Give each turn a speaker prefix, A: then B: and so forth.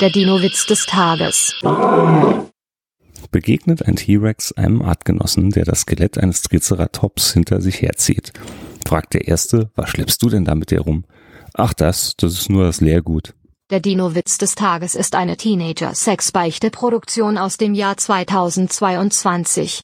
A: Der Dino-Witz des Tages.
B: Begegnet ein T-Rex einem Artgenossen, der das Skelett eines Triceratops hinter sich herzieht. Fragt der Erste, was schleppst du denn damit herum? Ach das, das ist nur das Leergut.
A: Der Dino-Witz des Tages ist eine Teenager-Sex-Beichte-Produktion aus dem Jahr 2022.